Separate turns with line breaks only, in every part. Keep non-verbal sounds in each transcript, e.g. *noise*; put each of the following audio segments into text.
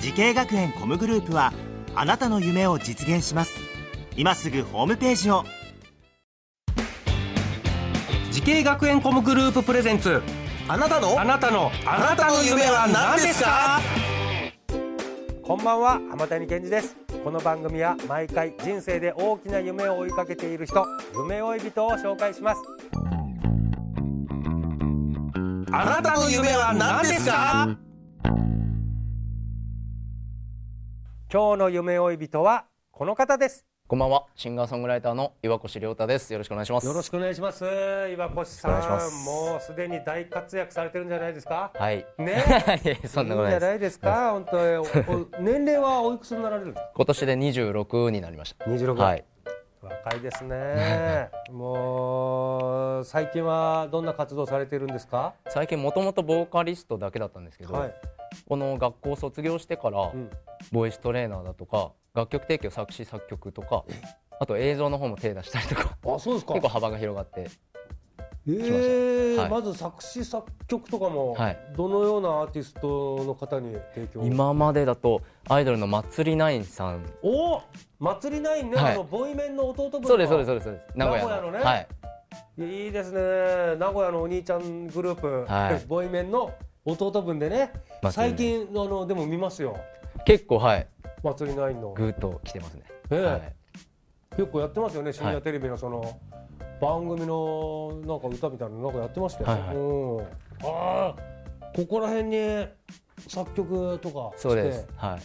時系学園コムグループはあなたの夢を実現します今すぐホームページを
時系学園コムグループプレゼンツ
あなたの
あなたのあ
なたの夢は何ですか
こんばんは浜谷健二ですこの番組は毎回人生で大きな夢を追いかけている人夢追い人を紹介します
あなたの夢は何ですか
今日の夢追い人はこの方です
こんばんは、シンガーソングライターの岩越亮太です。よろしくお願いします。
よろしくお願いします岩越さ
お願いします
んもうすでに大活躍されてるんじゃないですか
はい。 *laughs*
ね
いやそんなこ
い
と
いん
な
じ
い
ゃない
です。
ですか本当におお年齢はおいくつになられるんですか
今年で26になりました。
26
はい。
若いです
*laughs*
ねもう最近はどんな活動されてるんですか
最近もともとボーカリストだけだったんですけど、
はい
この学校を卒業してから、
うん
ボイストレーナーだとか、楽曲提供作詞作曲とか、あと映像の方も手出したりとか、
あそうですか
結構幅が広がっ
え
て、ました
え
はい
まず作詞作曲とかも、
はい
どのようなアーティストの方に提供
今までだとアイドルの祭りナインさん、
おお祭りないね、
はい
あのボイメンの弟分か
そうですそうですそうですそうです。名古屋の
名古屋のね
はい。
いいですね名古屋のお兄ちゃんグループ、
はい
ボイメンの弟分でね
祭りナイン
最近あのでも見ますよ
結構はい、
祭りないの
ぐーっと来てますね。
ええ
はい
結構やってますよね深夜テレビのその、番組のなんか歌みたいなのなんかやってましたよ、
はいはい
うん、ああここら辺に作曲とかして
そうです。は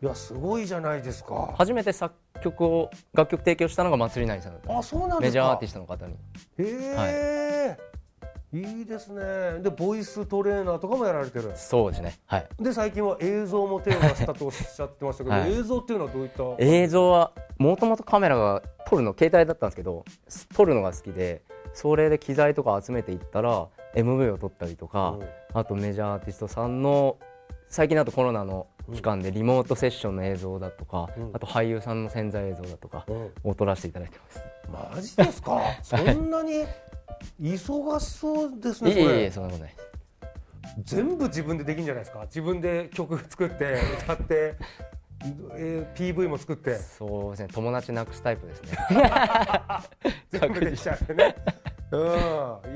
い。
いやすごいじゃないですか
初めて作曲を楽曲提供したのが祭りナインさんだったんです
あそうなんですか
メジャーアーティストの方に
へえ、い、いですねでボイストレーナーとかもやられてる
そうですねはい
で最近は映像も手を出したとおっしゃってましたけど、
はい
映像っていうのはどういった
映像はもともとカメラが撮るの携帯だったんですけど撮るのが好きでそれで機材とか集めていったら MV を撮ったりとか、あとメジャーアーティストさんの最近だとコロナの期間でリモートセッションの映像だとか、
うん
あと俳優さんの潜在映像だとか
うんうん
を撮らせていただいてます、
マジです
*laughs*
かそんなに忙しそうですね
い
そ
えい
れ
えいえそんなことないです
全部自分でできるんじゃないですか自分で曲作って歌って、えー PV も作って
そうですね友達なくすタイプですね
全部できちゃってね。うん、い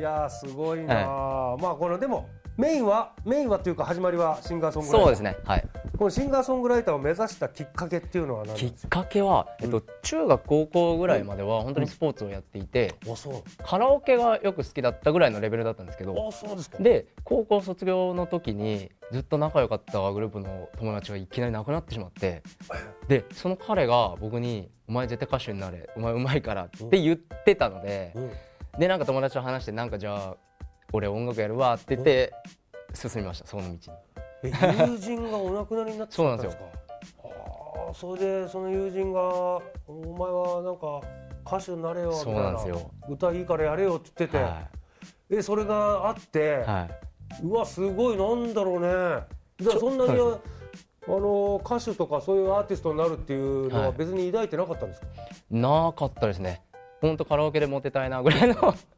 やーすごいなー、まあこのでもメインはメインはというか始まりはシンガーソングライター
そうですねはい
このシンガーソングライターを目指したきっかけっていうのは何
きっ
ですか
かけは、えっと、中学高校ぐらいまでは本当にスポーツをやっていて、
あそう
カラオケがよく好きだったぐらいのレベルだったんですけど
あそうですか
で高校卒業の時にずっと仲良かったグループの友達がいきなり亡くなってしまってでその彼が僕に「お前絶対歌手になれお前うまいから」って言ってたので
うん
でなんか友達と話して「なんかじゃあ俺音楽やるわ」って言って進みましたその道に。 *laughs*
え友人がお亡くなりになってし
そう
ま
な
っ
ん
たん
で
ですす
よ
かあーそれでその友人が「お前はなんか歌手になれよ」みたい
そう
な
なんですよ
歌いいからやれよって言ってて、
は
えそれがあって、
い、はいう
わすごいなんだろうねじゃあそんなに
そう
あの歌手とかそういうアーティストになるっていうのは
はい
別に抱いてなかったんですか、
なかったですね。本当カラオケでモテたいなぐ
*laughs*
らいの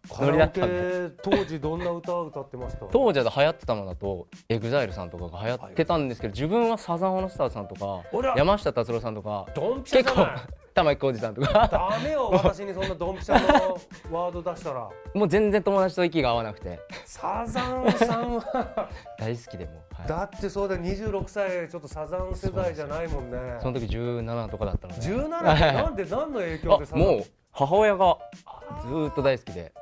ノリだったんで。
カラオケ当時どんな歌を歌ってました
当時だと流行ってたのだと EXILE さんとかが流行ってたんですけど自分はサザンオールスターズさんとか
ほら
山下達郎さんとか
ドンピシャじ
結
ゃない
構玉置浩二さんとか *laughs*
ダメよ私にそんなドンピシャのワード出した
*laughs*
ら
もう全然友達と息が合わなくて
サザンさんは
大好きでもう、はい
だってそうだよ26歳ちょっとサザン世代じゃないもんね
その時17とかだったので
17
は
って
い
なんで何の影響でサ
あ
ザン
もう母親がずーっと大好きで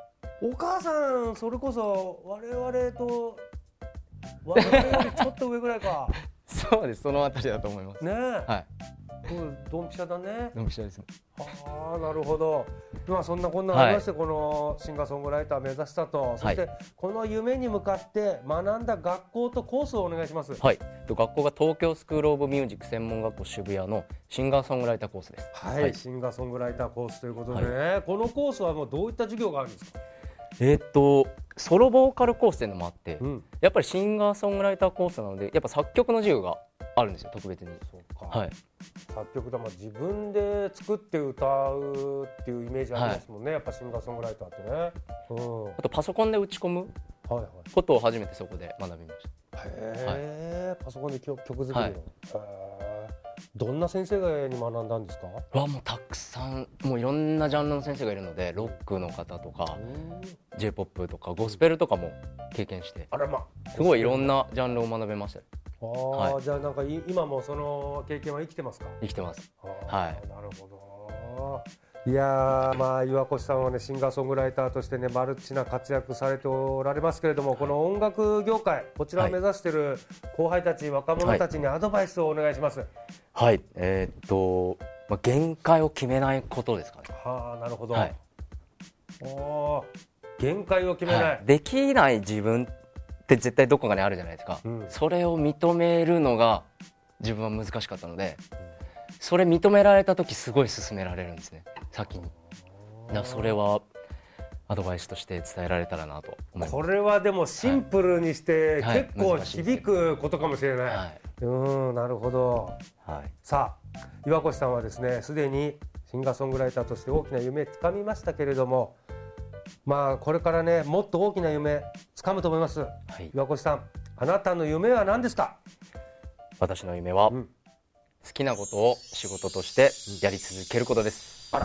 お母さんそれこそ我々と
*laughs*
我々よりちょっと上ぐらいか
そうですそのあたりだと思います
ねえ、
はい
うんドンピシャだね
ドンピシャですね
ああなるほどまあそんなこんなありまして、このシンガーソングライター目指したとそして、この夢に向かって学んだ学校とコースをお願いします
はい、と学校が東京スクール・オブ・ミュージック専門学校渋谷のシンガーソングライターコースです。
はい、
はい
シンガーソングライターコースということでね、このコースはもうどういった授業があるんですか、
えーっとソロボーカルコースっていうのもあって、
うん、
やっぱりシンガーソングライターコースなのでやっぱ作曲の授業があるんですよ特別に。
そうか、
はい、
作曲だ、まあ、自分で作って歌うっていうイメージありますもんね、やっぱシンガーソングライターってね。うん、は
あとパソコンで打ち込む
いはい。
ことを初めてそこで学びまし
へえ、パソコンで曲曲作りの。へえどんな先生がに学んだんですか。
た。わもうたくさんもういろんなジャンルの先生がいるのでロックの方とか j p o p とかゴスペルとかも経験して
あらま。
すごいいろんなジャンルを学べました
ああ、
は
じゃあなんかい今もその経験は生きてますか。
生きてます。
は。
はい
なるほど。いやーまあ岩越さんはねシンガーソングライターとしてねマルチな活躍されておられますけれどもこの音楽業界こちらを目指してる後輩たち若者たちにアドバイスをお願いします。
はいえーっと、まあ、限界を決めないことですかね。
はあなるほど。
はい
おー限界を決めない。
はいできない自分って絶対どこかにあるじゃないですか、
うん
それを認めるのが自分は難しかったのでそれ認められた時すごい勧められるんですね先にだからそれはアドバイスとして伝えられたらなと思います
これはでもシンプルにして
はい
結構
はい
響くことかもしれない。
はい、
うんなるほど。
はい、
さあ岩越さんはですねすでにシンガーソングライターとして大きな夢つかみましたけれどもまあこれからねもっと大きな夢つかむと思います
はい
岩越さんあなたの夢は何ですか
私の夢は、
うん
好きなことを仕事としてやり続けることです、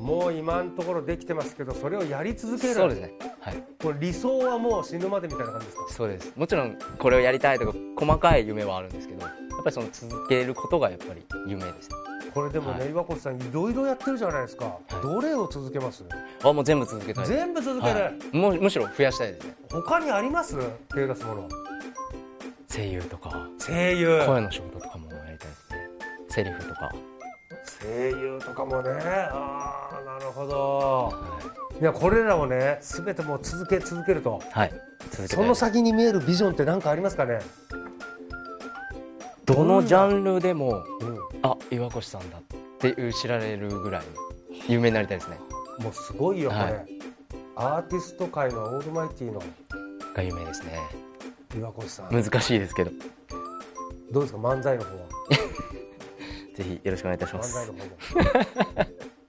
もう今のところできてますけどそれをやり続ける
そうですねはい
これ理想はもう死ぬまでみたいな感じですか
そうですもちろんこれをやりたいとか細かい夢はあるんですけどやっぱりその続けることがやっぱり夢です
これでもね、
はい
岩越さんいろいろやってるじゃないですか
い
どれを続けます、
あもう全部続けたいです
全部続ける、
はい、むむしろ増やしたいですね
他にあります手出すもの
声優とか
声優
声の仕事とかもやりたいですねセリフとか、
声優とかもねああなるほどいやこれらをね全てもう続け続けると
はい続けたいです
その先に見えるビジョンって何かありますかね、
どのジャンルでも
うん、
あ岩越さんだっていう知られるぐらい有名になりたいですね
もうすごいよこれ、
はい
アーティスト界のオールマイティの
が有名ですね
岩越さん
難しいですけど
どうですか漫才の方は
ぜひよろしくお願いいたし
漫
ます
才の方も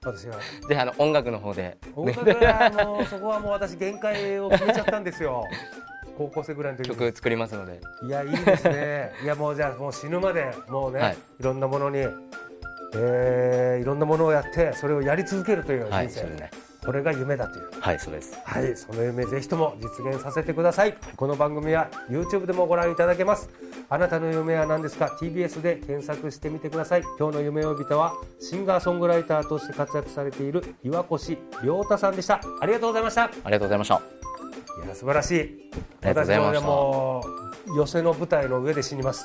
*laughs*
私は
ぜひあの音楽の方で
音楽はもうそこはもう私限界を決めちゃったんです
*laughs*
よ高校生ぐらいの時に
曲作りますので
いやいいです
*laughs*
ね。いやもうじゃあもう死ぬまでもうね、
はいい、
ろんなものに、えー、いろんなものをやってそれをやり続けるという人生、
はいそうですね
これが夢だという。
はいそうです
はい、その夢ぜひとも実現させてください。この番組は YouTube でもご覧いただけます。あなたの夢は何ですか ?TBS で検索してみてください。今日の夢呼びたはシンガーソングライターとして活躍されている岩越亮太さんでした。ありがとうございました。
ありがとうございました
いや素晴らしい。
ありがとうございました
私もでも寄せの舞台の上で死にます。